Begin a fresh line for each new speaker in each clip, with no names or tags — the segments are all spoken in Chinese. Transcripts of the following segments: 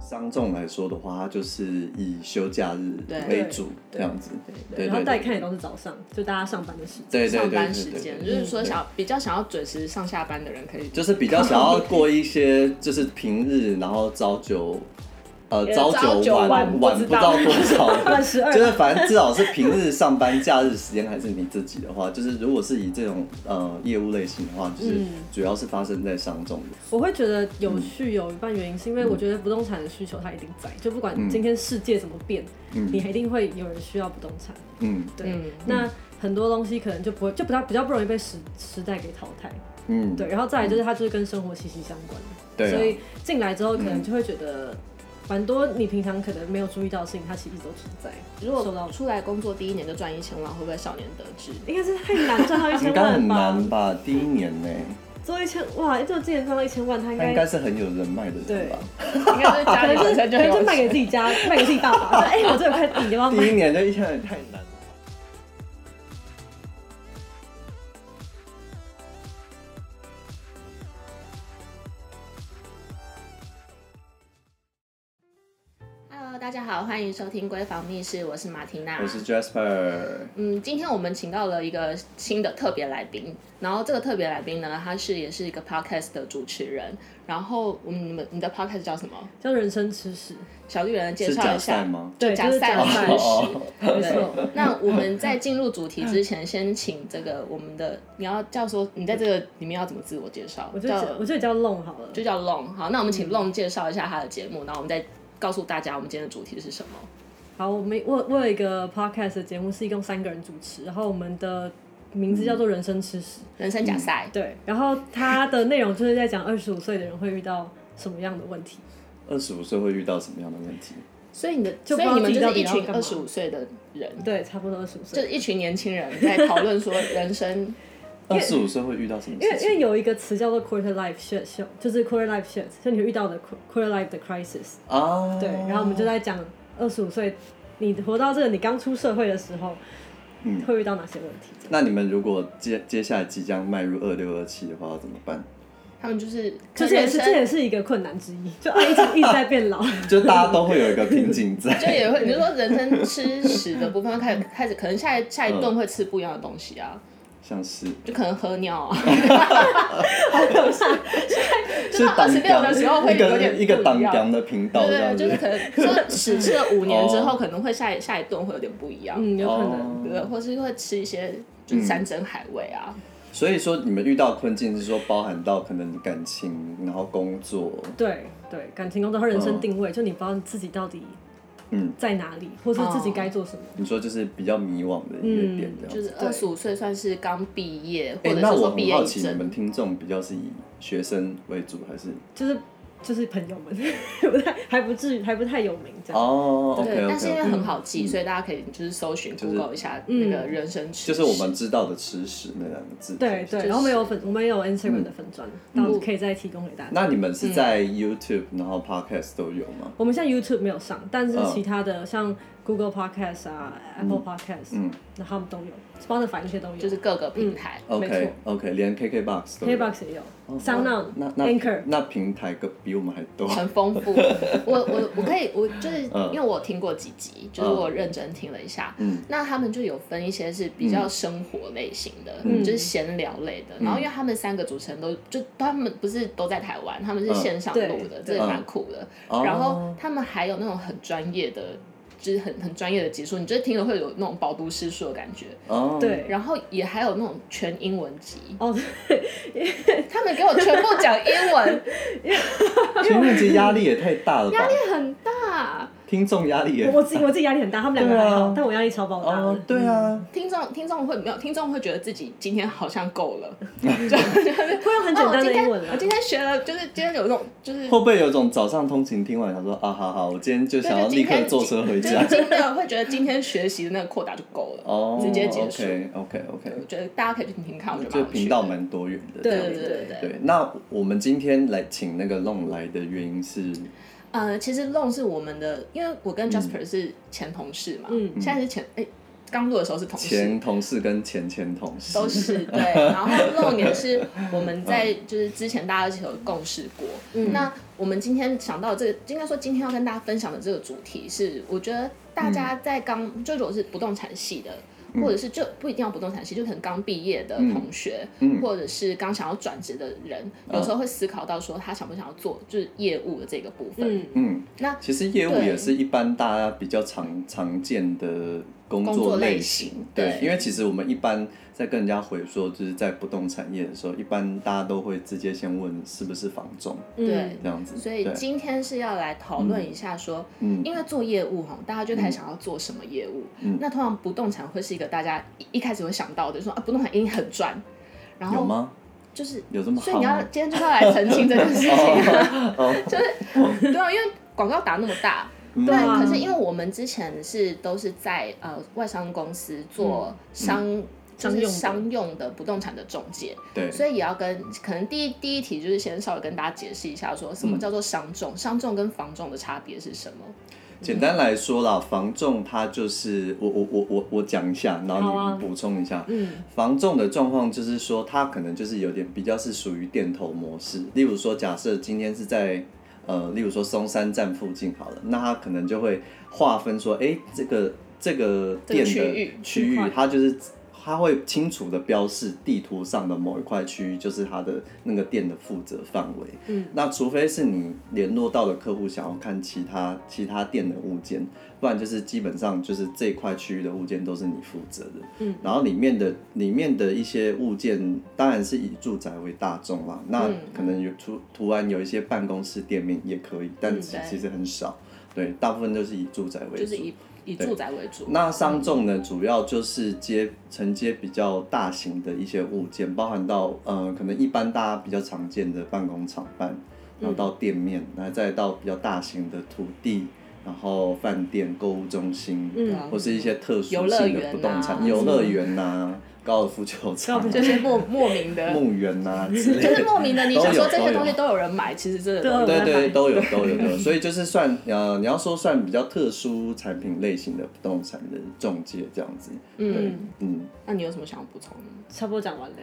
商众来说的话，它就是以休假日
对
为主，这
对
样子。对
对，然后
对
带看也都是早上，就大家上班的时间。
对对对
上班
对
时
对
间，
对
就是说想比较想要准时上下班的人可以，
就是比较想要过一些就是平日，然后朝九，呃，
呃
朝
朝九
晚
晚
晚
不
不
知
知
道
道多少，
万十二，
就是反正至少是平日上班，假日时间还是你自己的话，就是如果是以这种呃业务类型的话，就是
嗯
主要是发生在商众的。
我会觉得有趣有一半原因是因为我觉得
嗯
不动产的需求它一定在，就不管今天世界怎么变，你一定会有人需要不动产。
嗯
对，
嗯
那很多东西可能就不会，就比较比较不容易被时时代给淘汰。
嗯，
对，然后再来就是它就是跟生活息息相关的，
对啊
所以进来之后可能就会觉得。蛮多你平常可能没有注意到的事情，它其实一直都存在。
如
受到
果出来工作第一年就赚一千万，会不会少年得 志？
应该是太难赚到一
应
千
该
万
很
吧？
难吧？第一年呢、
做一千哇，就之前赚到一千万，他应
他
该
应该是很有人脉的人吧？
应该就是家
可
里
能就是
本
可
身就很
能
有
就卖
钱
给自己家，卖给自己爸爸。说 哎、我这有块地，你要
第
不要
一
买？
年就一千人太难了。
Hello，大家好，欢迎收听《闺房密室》，我是马缇娜，
我是 Jasper，
嗯，今天我们请到了一个新的特别来宾，然后这个特别来宾呢，他是也是一个 podcast 的主持人，然后我们你们你的 podcast 叫什么？
叫人生吃屎，
小绿人介
是
绍
假
一
赛
下。
吗？
对，
假
就是
赛
假
嘛
赛
对，
哦，
没错。
那我们在进入主题之前，先请这个我们的你要叫说你在这个里面要怎么自我介绍？
我就
叫
我就叫弄好了。
就叫 Long。好，那我们
嗯
请 Long 介绍一下他的节目，然后我们再告诉大家我们今天的主题是什么。
好，我们我我有一个 podcast 的节目是一共三个人主持，然后我们的名字叫做人生吃屎。
人生假赛，
对，然后它的内容就是在讲二十五岁的人会遇到什么样的问题。
二十五岁会遇到什么样的问题？
所以你的
就
所以
不知道
你们
自己
就
到
是
底
一
要
群
干
二
嘛
十五岁的人，
对，差不多二十五岁
就。一群年轻人在讨论说人生。
二十五岁会遇到什么
因为
事
因为
情？
有一个词叫做 quarter life shit show，就是 quarter life shit，就你遇到的 qu- quarter life 的 crisis。
啊，
对，然后我们就在讲二十五岁，你活到这个你刚出社会的时候，
嗯
会遇到哪些问题？
那你们如果接接下来即将迈入二六二七的话，要怎么办？
他们就是
就 这也是
人生
这也是一个困难之一，就啊一直一直在变老。
就大家都会有一个瓶颈在，
就也会，你就说人生吃屎的部分开始开始，可能下一下一顿会吃不一样的东西啊，
像是
就可能喝尿 啊，
是
到26的时候会
一
有点
个
不
一个当
一样
娘的频道
对
这
对，
样
就是
子，
可能说屎吃了五年之后，
哦
可能会下一下一顿会有点不一样，
嗯，有可能。
哦
对，或是会吃一些就是山珍海味啊，
所以说你们遇到困境是说包含到可能感情，然后工作，
对对，感情工作和人生定位，就你不知道你自己到底
哦嗯
在哪里，或是自己该做什么。
你说就是比较迷惘的一个点这样
嗯就
子。
是呃二十五岁算是刚毕业，或
哎、
者是
那
说
我
毕
很
业
好
一
奇，你
阵，
们听众比较是以学生为主还是？
就是就是朋友们， 不太还不至于还不太有名这样。
哦，OK
对，
OK，嗯
但是因为很好记，所以大家可以就是搜寻 Google 一下那个人生吃，
就是我们知道的“吃屎”那两个字。
对
是不是
对，然后我们有粉，我们有 Instagram
嗯
的粉砖，到时候可以再提供给大家。
那你们是在 YouTube，、然后 Podcast 都有吗？
我们现在 YouTube 没有上，但是
嗯
其他的像 Google Podcast 啊、Apple Podcast，
嗯
那他们都有，Spotify 那些都有，
就是各个平台，
没
OK
错
OK，连 KKBox 都有
KBox 也有，Sound
那
On、
哦那
Anchor，
那平台个比我们还多。
很丰富。我我我可以，我就是
嗯
因为我听过几集，就是
嗯
我认真听了一下。
嗯
那他们就有分一些是比较生活类型的，
嗯
就是闲聊类的。然后因为他们三个主持人都就他们不是都在台湾，他们是线上录的，这
对
也蛮酷的。然后
嗯哦
他们还有那种很专业的，就是很很专业的集数，你就是听了会有那种饱读诗书的感觉。
哦，
对，
然后也还有那种全英文集，
哦，
他们给我全部讲英文，
前面这压力也太大了吧？
很大。
听众压力也
我自己我自己压力很大，他们两个
对啊
还好，但我压力超爆大
哦
的，。
对啊，
听众听众会没有听众会觉得自己今天好像够了，
会用很简单
哦我今
的英
天
文啊
我，今天学了，就是今天有那种就是
会不会有种早上通勤听完想说啊，好好，我今天就想要立刻坐车回
就是
家？
今天会觉得今天学习的那个扩大就够了。
哦，
直接结束
OK OK
我
OK，
觉得大家可以去听听看，我觉得
就
蛮有趣
频
的
道蛮多元的。
对
这样
对
子
对对对对。
对，那我们今天来请那个弄来的原因是，
呃，其实 Long 是我们的，因为我跟 Jasper 是前同事嘛，
嗯
现在是前哎。刚录的时候是同事
前，同事跟前前同事
都 是对。然后漏年是我们在就是之前大家一起有共识过。那我们今天想到这个，应该说今天要跟大家分享的这个主题是，我觉得大家在刚、就如果是不动产系的。或者是就不一定要不动产系，就可能刚毕业的同学，或者是刚想要转职的人，有时候会思考到说他想不想要做就是业务的这个部分。
嗯，
嗯，
那
其实业务
对
也是一般大家比较常常见的工
工作
作
类
类
型
型，
对
因为其实我们一般在跟人家回说，就是在不动产业的时候，一般大家都会直接先问是不是房仲
嗯
对
这样子，
所以
对
今天是要来讨论一下说，
嗯
因为做业务哈，大家就开始想要做什么业务。
嗯
那通常不动产会是一个大家一一开始会想到的，就说啊，不动产一定很赚。然
有
后
吗？
就是，
有这么
所以
好
你要
吗？哦
今天就是要来澄清这件事情啊， 就是对啊，因为广告打那么大，
嗯
对，
啊
可是因为我们之前是都是在呃外商公司
嗯
做商。就
商
是
用的
商用的不动产的中介，
对，
所以也要跟可能第一第一题就是先稍微跟大家解释一下，说什么叫做商
嗯
重，商重跟房重的差别是什么？
简单来说啦，房仲它就是我我我我我讲一下，然
好
后
啊
你补充一下。
嗯，
房仲的状况就是说，它可能就是有点比较是属于店头模式。例如说，假设今天是在呃，例如说松山站附近好了，那它可能就会划分说，哎、这个这个
这个
店
区
的
域
区域
区块，
它就是它会清楚的标示地图上的某一块区域，就是它的那个店的负责范围。
嗯，
那除非是你联络到的客户想要看其他其他店的物件，不然就是基本上就是这块区域的物件都是你负责的。嗯，然后里面的里面的一些物件，当然是以住宅为大众啦。那
嗯
可能有图图案有一些办公室店面也可以，但
嗯
其
对
其实很少。对，大部分都是以住宅为主。
就是以以住宅为主。
那商仲呢，主要就是接承接比较大型的一些物件，包含到呃，可能一般大家比较常见的办公厂办，然后到店面，然后再到比较大型的土地，然后饭店、购物中心，
嗯
或是一些特殊
游乐
性
园
的
啊
不动产，
嗯
游乐园啊呐、高尔夫球场、
高
就
啊、
是莫莫名的，
墓园 呐、之类
就
的
是。莫名的，你想说
都有
这些
都有
东西都有人买，其实真的
对啊
都有
对对，
拜拜
都有都有 都有，所以就是算呃，你要说算比较特殊产品类型的不动产的中介这样子，
嗯，
嗯，
那你有什么想要补充的？
差不多 讲完了，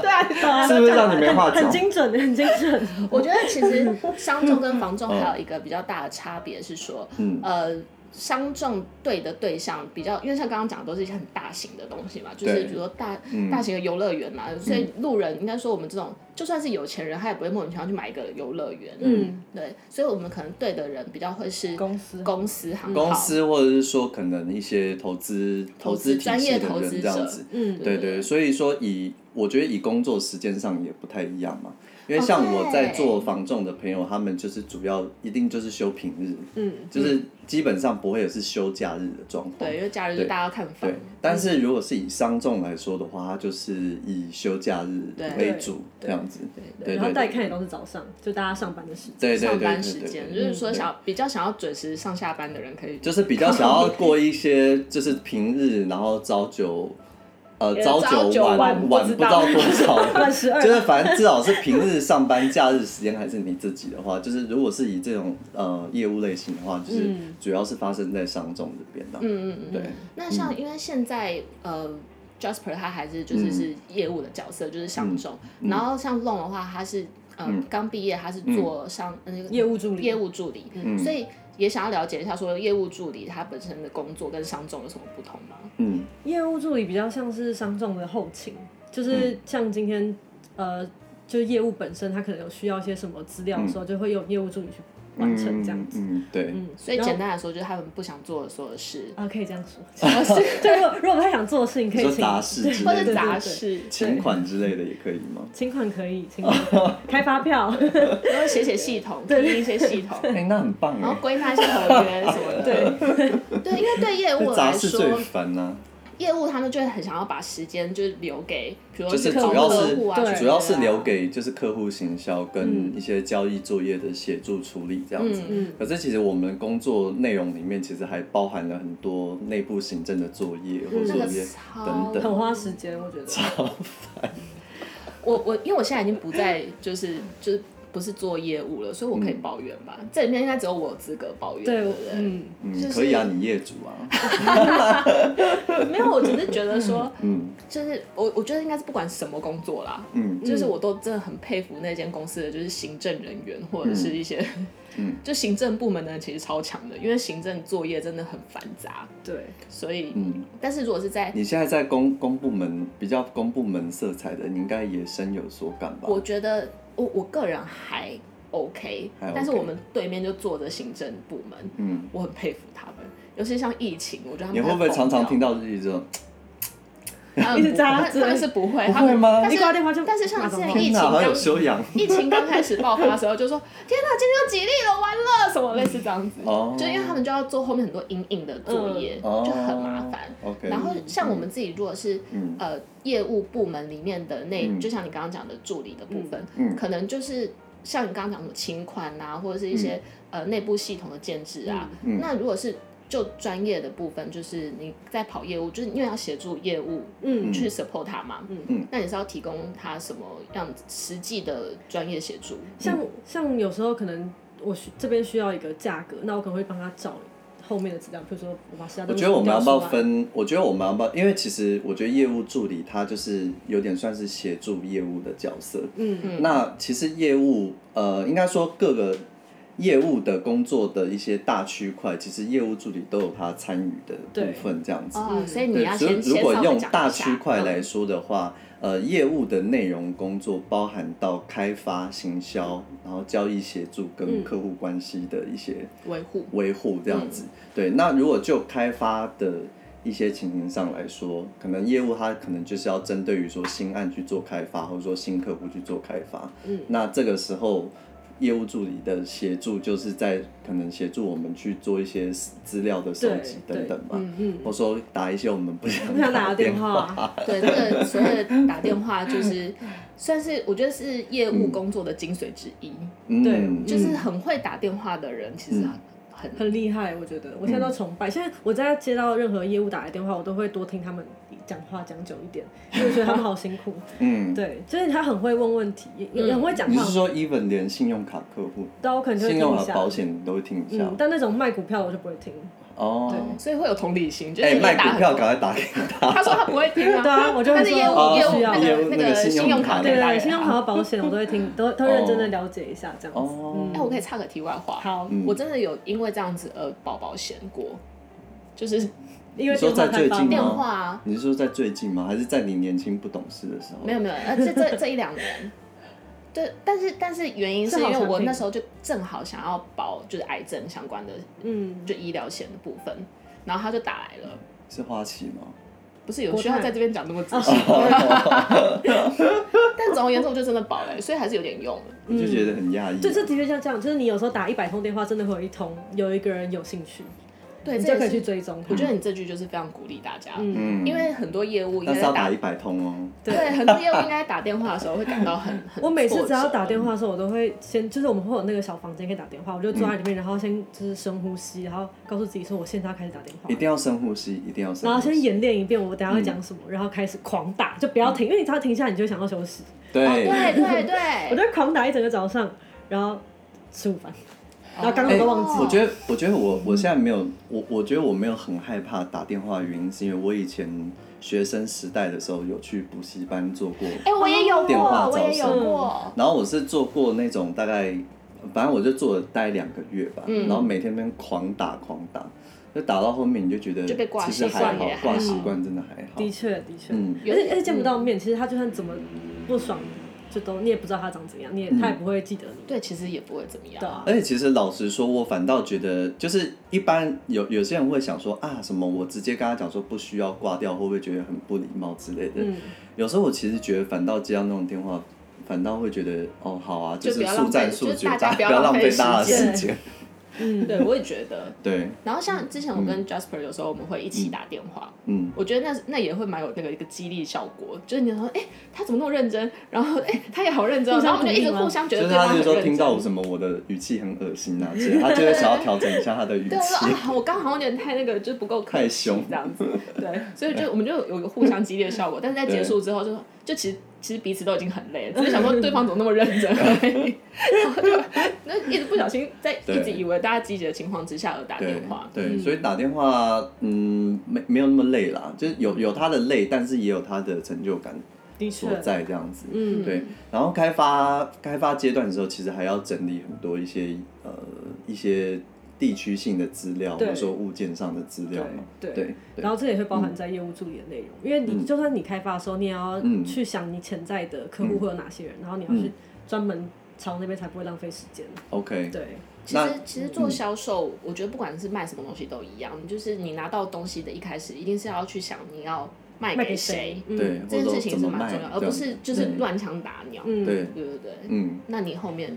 对啊，
是不是让你没话
很
讲？
精准，很精准。
我觉得 其实商仲跟房仲还有一个比较大的差别是说，
嗯
呃，商仲对的对象比较，因为像刚刚讲的都是一些很大型的东西嘛，就是
对
比如说大、
嗯
大型的游乐园嘛，所以路人应该说我们这种就算是有钱人，他也不会莫名其妙去买一个游乐园。
嗯，
对，所以我们可能对的人比较会是
公司
公司行号
公司或者是说可能一些投资
投资
资体系的
专业投资
人
者
这样子，
嗯
对对，所以说以我觉得以工作时间上也不太一样嘛，因为像我在做房仲的朋友，他们就是主要一定就是休平日，
嗯，
就是基本上不会有是休假日的状况。
对，因为假日就
对
大家看房
对，，但是如果是以商仲来说的话，它就是以休假日
对
为主这样子，对对
然后带
对
看也都是早上，就大家上班的时间。
对对对
上班
对
时
对
间，
对，
就是说
对
想比较想要准时上下班的人可以
就是比较想要过一些就是平日，然后朝九，呃
呃
朝
朝九
九晚
晚
晚
不知
不知
道
道多 少，
十二
就是反正至少是平日上班，假日时间还是你自己的话，就是如果是以这种呃业务类型的话，就是
嗯
主要是发生在商众这边的、啊
嗯嗯嗯，
对。
那像因为现在呃，Jasper 他还是就是
嗯
是业务的角色，就是商总。然后像 Long 的话，他是呃刚毕业，他是做商呃那个
业务助理
业务助理，所以也想要了解一下说业务助理他本身的工作跟商总有什么不同吗？
嗯
业务助理比较像是商众的后勤，
嗯
就是像今天呃，就业务本身他可能有需要一些什么资料的时候，就会用业务助理去完成这样子。
嗯嗯，嗯对，
嗯，
所以
然后
简单来说，就是他们不想做的所有事，
嗯
啊，可以这样说。 对，如果如果他想做的事情，可以
说
请
杂事
对
之
或
类
者
的，
杂事，
请款之类的也可以吗？
请款可以，请款可以开发票，
然后写写系统，对应一些系统。
哎、那很棒
然后
哎，
归纳一些合约什么的，
对，
对，因为对业务来
杂事最
说，
烦啊呐、
业务他们就会很想要把时间就是留给，比如说
就是
找
主要
客
是
户啊，
对
去
主要是
对啊
留给就是客户行销跟一些交易作业的协助处理这样子。
嗯
可是其实我们工作内容里面其实还包含了很多内部行政的作业或
那
作
个
业
超
等
很
等。
花时 间，我觉得。
我我因为我现在已经不在就是就是不是做业务了，所以我可
嗯
以抱怨吧。这里面应该只有我有资格抱怨，
对，
对
我
不对？
嗯，
就
嗯，
是
可以啊，你业主啊，
没有，我只是觉得说，
嗯
就是我我觉得应该是不管什么工作啦，
嗯
就是我都真的很佩服那间公司的就是行政人员或者是一些，
嗯
就行政部门的人其实超强的，因为行政作业真的很繁杂，
对，
所以，
嗯，
但是如果是在
你现在在公公部门比较公部门色彩的，你应该也深有所感吧？
我觉得我我个人还 OK，
还 OK
但是我们对面就坐着行政部门，
嗯，
我很佩服他们，尤其像疫情，我觉得他们
你会不会常常听
到
到就是这种？
一直扎
嗯他们是不会，他
不会
们
吗
但
一
是
挂电话就
但是像之前
马上
疫
天
情
哪， 好有
刚
修养
疫情刚开始爆发的时候，就说天哪，今天有几例了，完了什么类似这样子，
哦。
就因为他们就要做后面很多阴影的作业，
哦
就很麻烦。
OK，
然后像我们自己如果是、
嗯
呃业务部门里面的那，
嗯
就像你刚刚讲的助理的部分，
嗯嗯
可能就是像你刚刚讲的请款啊，或者是一些、呃内部系统的建制啊。
嗯嗯嗯
那如果是就专业的部分，就是你在跑业务，就是因为要协助业务
嗯
去 support 他嘛，
嗯
嗯
那你是要提供他什么样子实际的专业协助？
像
嗯
像有时候可能我需这边需要一个价格，那我可能会帮他找后面的资料，比如说
啊
我把其他
我
东西
觉得我们要不要
调出来？
分？我觉得我们要不要？因为其实我觉得业务助理他就是有点算是协助业务的角色。
嗯
那其实业务呃，应该说各个业务的工作的一些大区块，其实业务助理都有他参与的部分，这样子。
哦，所以你
对
要，
所以
先
如
先
果
稍微
用
讲一
大
下
区块来
嗯
说的话，呃，业务的内容工作包含到开发、行销，然后交易协助跟
嗯
客户关系的一些
维护，
维护这样子。对，那如果就开发的一些情形上来说，可能业务它可能就是要针对于说新案去做开发，或者说新客户去做开发。
嗯，
那这个时候。业务助理的协助就是在可能协助我们去做一些资料的收集
对
等等吧，
嗯
嗯，
或者说打一些我们不想
不想
打
打
的
的
电
电话，
对，这个所谓的打电话就是
嗯
算是我觉得是业务工作的精髓之一，
嗯，
就是很会打电话的人其实很很
嗯很厉害，我觉得我
嗯
现在都崇拜。现在我在接到任何业务打来电话，我都会多听他们讲话讲久一点，因为我觉得他们好辛苦。
嗯，
对，就是他很会问问题，也也很会讲
你
话
是。说 even 连信用卡客户、
但我可能就会
信
听
用
一
卡
下，
保险都会听一下
嗯，但那种卖股票我就不会听。
哦。
所以会有同理心，就是
哎，
你
卖
打
股
很
票
多
赶快打给他。
他说他不会听啊，
对啊我就会
但是
说
业务
哦
业务
需要
那
业务
个
那个信
信
用
用
卡
卡
对
可以打
对，
给
信用
他
卡和保险我都会听， 都都认真的了解一下这样子。
哦
哎，我可以插个题外话，
好，
嗯
我真的有因为这样子而保保险过，就是
因为
你说
电话
在最
开放
近
电
吗
嘛，
话啊，
你是说在最近吗？还是在你年轻不懂事的时候？
没有没有，呃，这这这一两年。对，但是但是原因是因为我那时候就正好想要保就是癌症相关的
嗯，
就医疗险的部分，然后他就打来了，
是花旗吗？
不是有
国
需要
泰哦
在这边讲那么仔细， 但总而言之，我就真的保了，所以还是有点用了。
我就觉得很啊讶异。
对，这的确像这样，就是你有时候打一百通电话，真的会有一通有一个人有兴趣，
对，
你
这
就
也
可以去
是
追踪他
我。觉得你这句就是非常鼓励大家，
嗯
嗯，
因为很多业务应
但是
该
要
在
打一百通哦。
对很多业务应该打电话的时候会感到 很很
我每次只要
挫折
打
嗯
电话的时候，我都会先，就是我们会有那个小房间可以打电话，我就坐在里
嗯
面，然后先就是深呼吸，然后告诉自己说，我现在要开始打电话
一，定要嗯深呼吸，一定要深
然
呼
后
吸。哎
先演练一遍我等一下会讲什么，然后开始狂打，就不
嗯
要停，因为你只要停下来，你就会想要休息。
哦对
对，
对
我
对，
就狂打一整个早上，然后吃午饭，然后刚刚
哎
都忘记
我觉得，我觉得我我现在没有，我我觉得我没有很害怕打电话，的原因是因为我以前学生时代的时候有去补习班做过。
哎，我也有
电话
过，
招
我也有
生
嗯
过，
然后我是做过那种大概，反正我就做了大概两个月吧，
嗯
然后每天跟狂打狂打，就打到后面你就觉得
就被挂
其实
习
还
惯
好
也，还
挂
好
习惯真的还好。
的确的确，
嗯
而且而且见不到面，其实他就算怎么不爽，就都你也不知道他长怎样，你也他也不会记得你。
对，其实也不会怎么样
对。啊
嗯而且其实老实说，我反倒觉得，就是一般有有些人会想说啊，什么我直接跟他讲说不需要挂掉，会不会觉得很不礼貌之类的？
嗯，
有时候我其实觉得，反倒接到那种电话，反倒会觉得哦，好啊，
就不
是
要
速
浪费
战速
就是
决，
大
大家
家 不
不
要
要
浪
浪
费
费大家的
时
时
间
间。
啊
对，我也觉 得。
对，
然后像之前我跟 Jasper 有时候我们会一起打电话，
嗯，
我觉得那那也会蛮有那个一个激励效果，就是你说，哎、他怎么那么认真？然后，哎、他也好认真哦，然
互相
后我们就一直
鼓励吗
互相觉
就
得
是
对方
他
很
就
认
说
真。
听到什么我的语气很恶心啊，之类的，他就会想要调整一下他的语
对，我说
气。
啊，我刚好有点太那个，就是不够客气
太凶
这样子。对，所以就我们就有一个互相激励的效果，但是在结束之后就说，就其实其实彼此都已经很累了，只是想说对方怎么那么认真而已， 然后就那一直不小心在一直
对
以为大家积极的情况之下而啊打电话，嗯
对，对所以打电话，嗯，没没有那么累啦，就是有有他的累，但是也有他的成就感
的确
所，在这样子。
嗯，
对，然后开发开发阶段的时候，其实还要整理很多一些呃一些地区性的资料，或
对
者说物件上的资料嘛。
对
对对
然后这也会包含在业务助理的内容，因为你就算你开发的时候，你也要
嗯
去想你潜在的客户会有哪些人，然后你要去专门朝那边才不会浪费时间。
，OK，
对，
其实
那
其实做销售，我觉得不管是卖什么东西都一样，就是你拿到东西的一开始，一定是要去想你要卖
卖
给
给
谁嗯
谁，
对，
嗯
这件
或者说
事情
怎
是
么
蛮
卖，
重要，而
这样
不是就是乱枪打鸟，
嗯，
对，
对不对？
嗯，
那你后面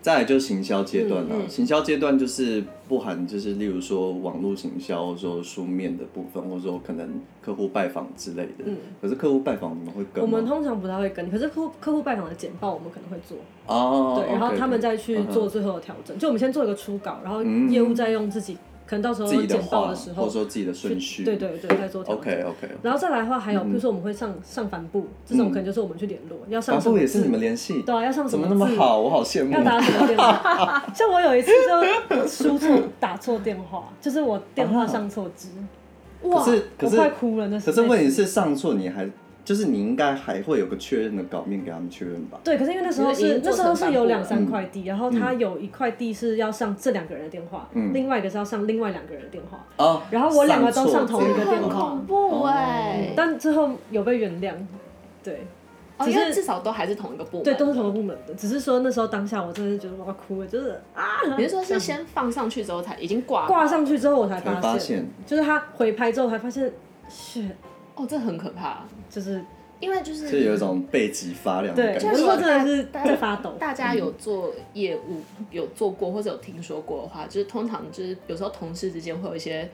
再来就是行销阶段了、啊
嗯嗯
行销阶段就是不含就是例如说网络行销，或者说书面的部分，或者说可能客户拜访之类的。
嗯
可是客户拜访你们会跟
我们
吗？
通常不太会跟，可是客户客户拜访的简报我们可能会做，
哦，
对，然后
OK，OK，
他们再去
嗯哼
做最后的调整。就我们先做一个初稿，然后
嗯
业务再用自己，可能到时候
自己的
简报
话，
的时
或
候
者，说自己的顺序。
去对对对，再做调
OK 嗯
整。
OK，
然后再来的话，还有比如说我们会上上帆布，这种可能就是我们去联络，要上
反
什么
复嗯也是
字
你们联系，
对啊，要上什
怎么
么
那么
字
好？我好羡慕
要。打什么电 话？像我有一次就输错打错电话，就是我电话上错支，
可
哇，
是可
我
是
快哭了那时
可
候。
是问题是上错你还就是你应该还会有个确认的稿面给他们确认吧？
对，可是因为那时候
你已
是
经做
那时候是有两三
成
块地，然后他有一块地是要上这两个人的电话，
嗯
另外一个是要上另外两个人的电话，
哦，
然后我两个都
上
上
错
同一
这
个
样
电
很
哦
话
恐，怖哎
哦！
但最后有被原谅。对
哦，
只
因
是
为至少都还是同一个部门，
对，都是同个部门的，只是说那时候当下我真的觉得我要哭了，就是啊，
比如说是先放上去之后才已经挂
挂上去之后我才
才
发
发现
就是他回拍之后才发现，是
哦，这很可怕，
就是
因为就是
是有一种背脊发凉的
对，
感
我
觉。
那时候真的是在发抖。
大家有做业务有做过或者有听说过的话，就是通常就是有时候同事之间会有一些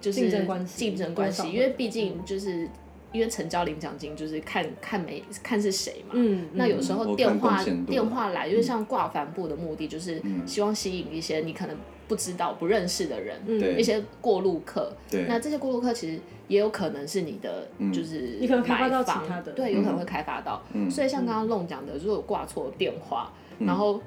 就是
竞争关系
竞争关系
多少嗯
因为毕竟就是因为成交领奖金就是看看没看是谁嘛。
嗯，
那有
嗯
时候
我看
电话
贡献度
电话来，因为像挂帆布的目的就是希望吸引一些你可能不知道、不认识的人，
嗯
对
一些过路客。
对嗯
那这些过路客其实也有可能是你的，就是
你可能开发到
买房
其他的
对，有可能会开发到。所以
嗯
像刚刚弄讲的，如果挂错电话，然后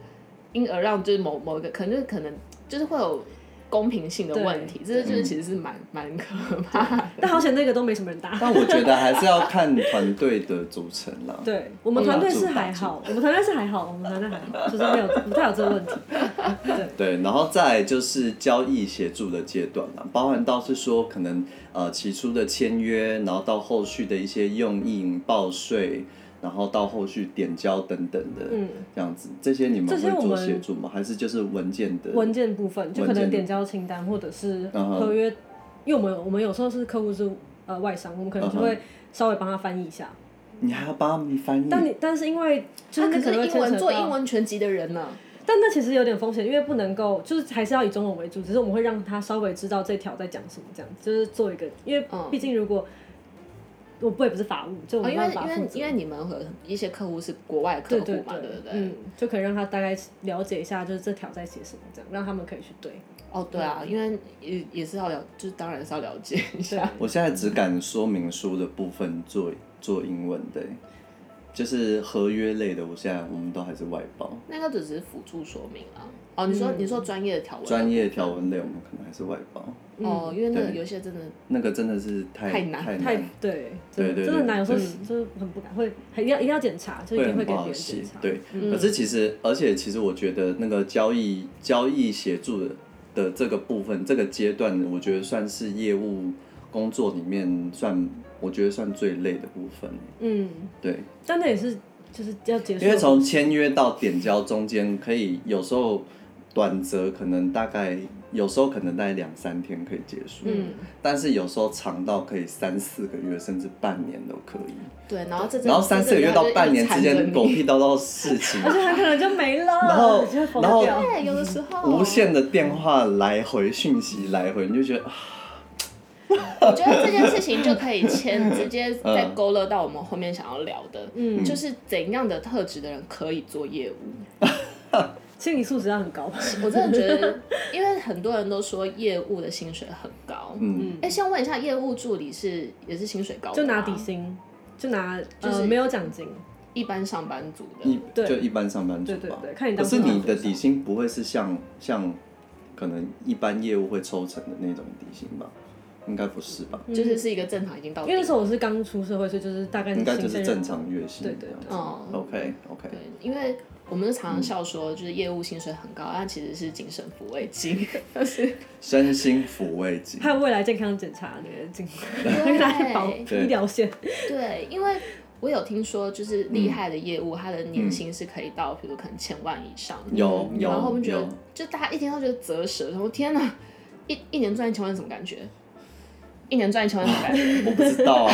因而让就是某某一个，可能就是可能就是会有公平性的问题，这
对
嗯
就是其实是蛮蛮可怕的。
但好险那个都没什么人打。
但我觉得还是要看团队的组成啦。
对我们团队是还好，我们团队是还好，我们团队还好，就是没有不太有这个问题。
对，然后再来就是交易协助的阶段啦，包含到是说可能呃起初的签约，然后到后续的一些用印、报税，然后到后续点交等等的，
嗯，
这样子，这些你们
这些
会
我
做
们
协助吗？还是就是文件的？
文件部分就可
文件
能点交清单或者是
嗯哼
合约，因为我们我们有时候是客户是呃外商，我们可能就会稍微帮他翻译一下。
你还要帮他们翻译？
但你但是因为就是
那
你
啊可
可能
是
会
英
牵
文
扯
做英
到，
文全集的人呢？
但那其实有点风险，因为不能够就是还是要以中文为主，只是我们会让他稍微知道这条在讲什么，这样就是做一个，因为
嗯
毕竟如果我不也不是法务，就我
哦，
没
因为
办
因
法
为
负责
因为你们和一些客户是国外客
对
户
对
嘛，对不对？
嗯，就可以让他大概了解一下，就是这条在写什么，这样让他们可以去对。
哦，对啊，因为也也是要了，就是当然是要了解一下。
我现在只敢说明书的部分做做英文的、欸就是合约类的，我现在我们都还是外包。
那个只是辅助说明啊。哦，你说、
嗯
你说专业的条文，
专业条文类我们可能还是外包，
哦，因为那个
嗯对
有些真的
那个真的是太
太难
太
太
难，
对，
对
真
对
的真的
对
难，有时候
嗯
就是很不敢，会还一定要一定要检查，就一
会
定
很不
会给别
好
人
写
检查。。嗯
对，可是其实，而且其实我觉得那个交易交易协助的的这个部分，这个阶段，我觉得算是业务工作里面算，我觉得算最累的部分。
嗯，
对，
但那也是就是要结束
因，为从签约到点交中间，可以有时候短则可能大概，有时候可能大概两三天可以结束，
嗯
但是有时候长到可以三四个月，甚至半年都可以。
对，然后这
然后三四个月到半年之间，狗
狗
屁叨叨的事情，
而且很可能就没了，
然后
就会疯
然后
掉
对，有的时候
无。限的电话来回、讯息来回，你就觉得啊
我觉得这件事情就可以 牵，直接
嗯
再勾勒到我们后面想要聊的，嗯，就是怎样的特质的人可以做业务。
心理素质要很高。
我真的觉得，因为很多人都说业务的薪水很高，嗯，哎，先问一下，业务助理是也是薪水高的吗，
就拿底薪，就拿
就是
呃没有奖金，
一般上班族
一
的，
对
就一般上班族
对
吧。
对对，看你
可
当
是
初拿
你
多
的
少
底薪不会是像像可能一般业务会抽成的那种底薪吧？应该不是吧？
就是是一个正常已经到
因
底
为那时候我是刚出社会，所以就是大概
应该就
新鲜
是正
人
常月薪
对
这
对
样
对
子。
哦
OK OK，
对，因为我们
嗯
常常笑说，就是业务薪水很高，但其实是精神抚慰金，就是
身心抚慰剂。
还有未来健康检查那个进，
对
拿去保
对
医疗险，
对，因为我有听说，就是厉害的业务，他的年薪是可以到，比如可能千万以上。
有
然后我
有
们觉得
有，，
就大家一听到觉得啧舌，然后天哪，一一年赚一千万是什么感觉？一年赚一千万是什么感 觉？
我不知道啊。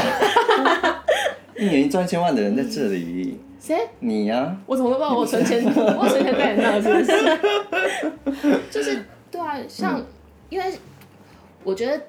一年赚千万的人在这里，
谁？
你呀、
我怎么都不知道我存 钱，我存钱在你那，是不是？就是对啊，像、因为我觉得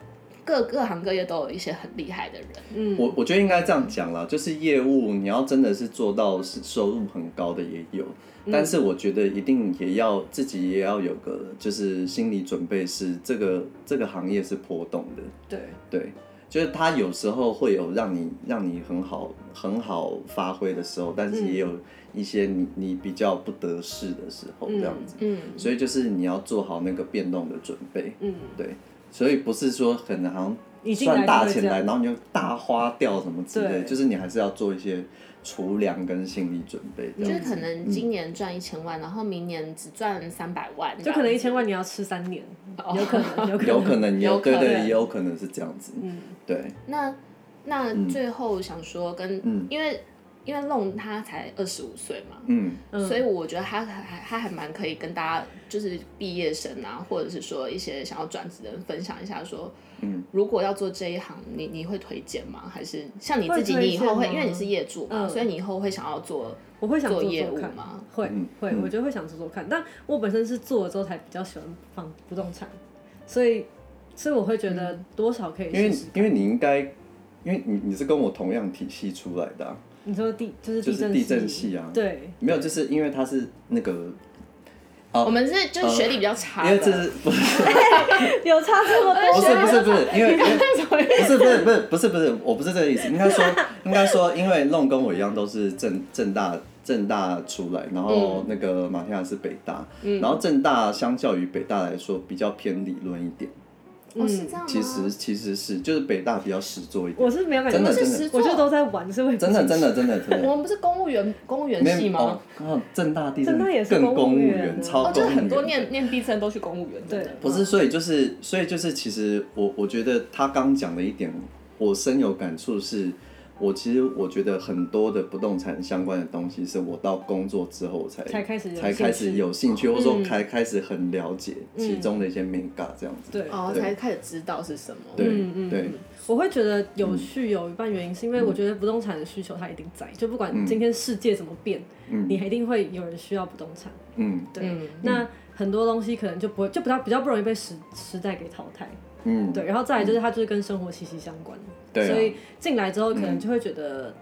各各行各业都有一些很厉害的人，
嗯，
我我觉得应该这样讲啦，就是业务你要真的是做到是收入很高的也有，
嗯
但是我觉得一定也要自己也要有个就是心理准备是这个这个行业是波动的，
对，
对，就是它有时候会有让你让你很好很好发挥的时候，但是也有一些你你比较不得势的时候这样子，
嗯，
所以就是你要做好那个变动的准备，
嗯，
对，所以不是说可能好
一
像
进来
赚大
就会
钱
这
来，
样
然后你就大花掉什么之类的，
对
就是你还是要做一些储粮跟心理准备这
就是
样
可
子。
嗯
能今年赚一千万，然后明年只赚三百万，
就可能一千万你要吃三年，
哦
有可能， 有可
嗯有
能，
可能，也有
有可能
对对，也有可能是这样子，
嗯，
对，
那那最后想说跟，
嗯
因为因为弄他才二十五岁嘛，
嗯，
嗯
所以我觉得他还他还蛮可以跟大家就是毕业生啊，或者是说一些想要转职的人分享一下说，嗯，如果要做这一行，你你会推荐吗？还是像你自己，
会推
你以后会
荐吗
因为你是业主嘛，
嗯
所以你以后会想要做
我会想做
业
做
务
看，
吗？
会
嗯
会，
嗯
我觉得会想做做看，但我本身是做了之后才比较喜欢房不动产，所以所以我会觉得多少可以
嗯因为
试试。
因为你应该，因为你你是跟我同样体系出来的啊、
你说地就是
就是
震
地震系啊
对，
没有，就是因为他是那个，
我们是就是学历比较差
哦因为
的，
这是不是
有差这 么多，
不是不是不是，因 为因为
什么意
不是不是不是不是不是，我不是这个意思，应该说 应该说，因为弄跟我一样都是正正大正大出来，然后那个马天雅是北大，然后正大相较于北大来说比较偏理论一点，
哦是这样吗？
其实其实是就是北大比较实做一点，
我是没有感觉，
真的
我
真
是
的
实
我
做
就都在玩，所以我也不
真的
清楚
真的真的真的
我。们不是公务员公务员系
没
吗？
哦，哦正大地震
正大也是
更
公
公
务
务
员
员，
啊
超
哦，就
公务
是
员。
很多念念毕生都去公务员，真的
对
不是，所以就是，所以就是，其实我我觉得他刚讲的一点，我深有感触是，我其实我觉得很多的不动产相关的东西，是我到工作之后才
才开始有
才开
兴
始
趣嗯
有兴趣，或者说才开始很了解其中的一些美感这样子。
对
哦，
对
才开始知道是什么。
对、
嗯嗯
对，
我会觉得
嗯
有趣有一半原因是因为我觉得不动产的需求它一定在，就不
嗯
管今天世界怎么变，你一定会有人需要不动产。
嗯
对，
嗯
那很多东西可能就不会，就比较比较不容易被时时代给淘汰。
嗯，
对，然后再来就是它就是跟生活息息相关，
对啊
所以进来之后可
嗯
能就会觉得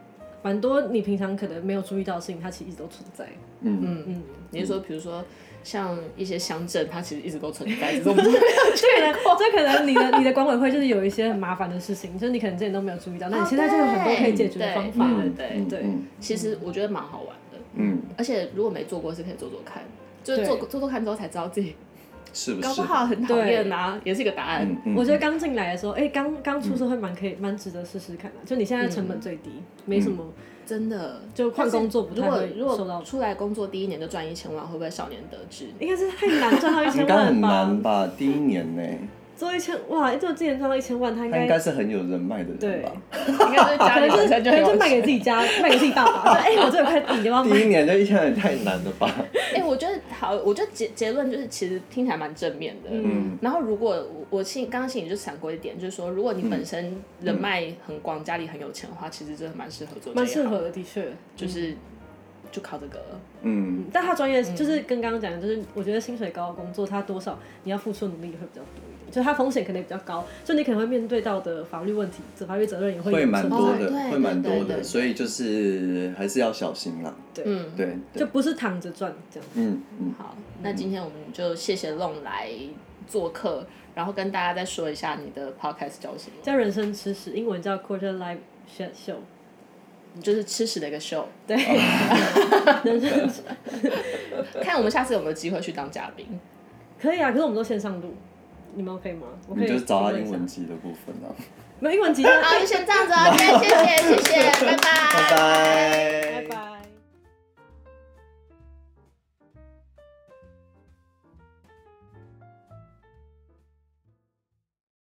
蛮多你平常可能没有注意到的事情，它其实一直都存 在。
嗯，你是说，比如说像一些乡镇，它其实一直都存在，只是我们
可能这可能你的你的管委会就是有一些很麻烦的事情，就是你可能之前都没有注意到，那你现在就有很多可以解决的方法。
哦对
嗯
对
嗯
对，
对
嗯
其实我觉得蛮好玩的。
嗯，
而且如果没做过，是可以做做看，就是
对
做做做看之后才知道自己
是不是？
搞不好很讨厌呐，也是一个答案
嗯。嗯，
我觉得刚进来的时候，哎、刚刚出社
嗯
会蛮可以，蛮值得试试看的。就你现在成本最低，没
嗯
什么，
真的，
就换工作不
如
太
果
会
如
受到
果出来工作第一年就赚一千万，会不会少年得志？
应该是太难赚到
嗯
一
应
千
该很
万
难
吧？
吧？第一年呢、
做一千哇，就之前赚到一千万，他应
他应
该
该是很有人脉的人
对
吧？
应该是家
可
里
能就
本
是
身
可
就很
能
有
就卖
钱
给自己家，卖给自己爸爸。说哎、我这有块地，你 要不要
第一
买？
年就一千也太难了 吧？
哎、我觉得好，我觉得结结论就是，其实听起来蛮正面的。
嗯
然后如果我我心刚刚心里就闪过一点，就是说，如果你本身人脉很广，家里很有钱的话，其实真的蛮适合做这一行，
蛮适合的，的确。
就是就靠这个。
嗯，
但他专业就是跟刚刚讲的，就是我觉得薪水高的工作，他多少你要付出的努力也会比较多一点，就他风险可能也比较高，就你可能会面对到的法律问题、法律责任也会
会
有
蛮
存在
多
哦
的，
对
会蛮
对对
多
对
的，
对
所以就是还是要小心啦。
嗯，
对，对
就不是躺着赚这样。
嗯嗯，
好，那今天我们就谢谢弄来做客，然后跟大家再说一下你的 podcast 叫什么。
叫人生吃屎，英文叫 Quarter Life Shit Show。
就是吃屎的一个 show。对，
人生
看我们下次有没有机会去当嘉宾。
可以啊，可是我们都线上录，你们 OK 吗？我可
你
以
就是找
评
他
论一
英
下
文，集的部分啊。
没有英文集，
好，就先这样子哦，今天谢谢谢谢，拜拜。